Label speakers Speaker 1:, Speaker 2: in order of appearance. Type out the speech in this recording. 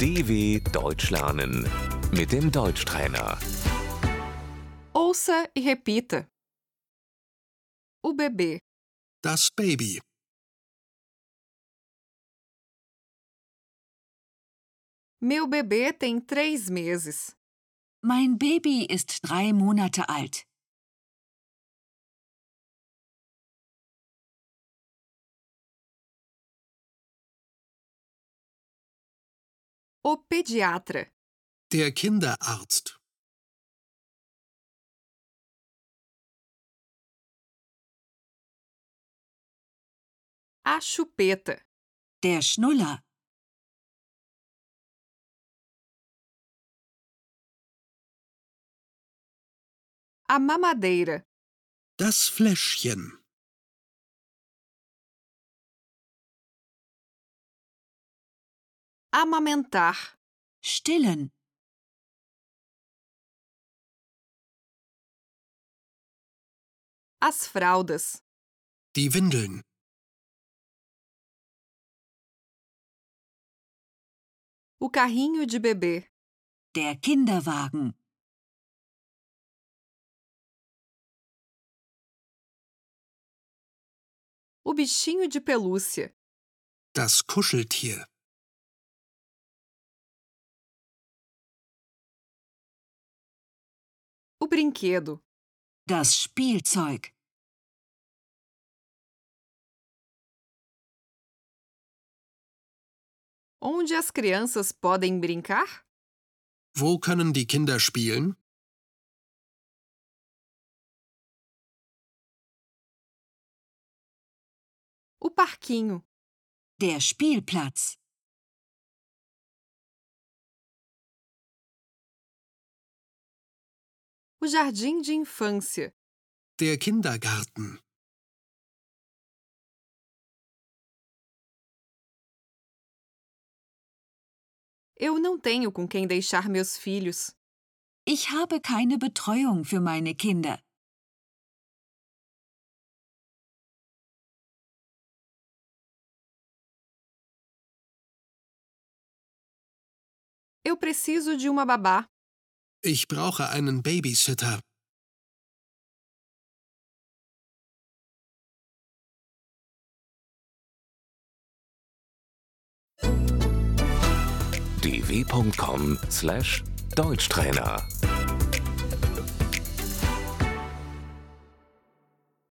Speaker 1: DW Deutsch lernen mit dem Deutschtrainer.
Speaker 2: Ouça e repita. O bebê,
Speaker 3: Das Baby.
Speaker 2: meu bebê tem três meses.
Speaker 4: Mein Baby ist drei Monate alt.
Speaker 2: O pediatra,
Speaker 3: Der Kinderarzt.
Speaker 2: a chupeta,
Speaker 4: Der Schnuller.
Speaker 2: a mamadeira,
Speaker 3: Das Fläschchen.
Speaker 2: amamentar,
Speaker 4: Stillen.
Speaker 2: as fraldas,
Speaker 3: Die Windeln.
Speaker 2: o carrinho de bebê,
Speaker 4: Der Kinderwagen.
Speaker 2: o bichinho de pelúcia,
Speaker 3: Das Kuscheltier.
Speaker 2: o brinquedo,
Speaker 4: Das Spielzeug.
Speaker 2: onde as crianças podem brincar,
Speaker 3: Wo können die Kinder spielen?
Speaker 2: o parquinho,
Speaker 4: Der Spielplatz.
Speaker 2: o jardim de infância,
Speaker 3: Der Kindergarten.
Speaker 2: eu não tenho com quem deixar meus filhos.
Speaker 4: Ich habe keine Betreuung für meine Kinder.
Speaker 2: Eu preciso de uma babá.
Speaker 3: Ich brauche einen Babysitter.
Speaker 1: dw.com/deutschtrainer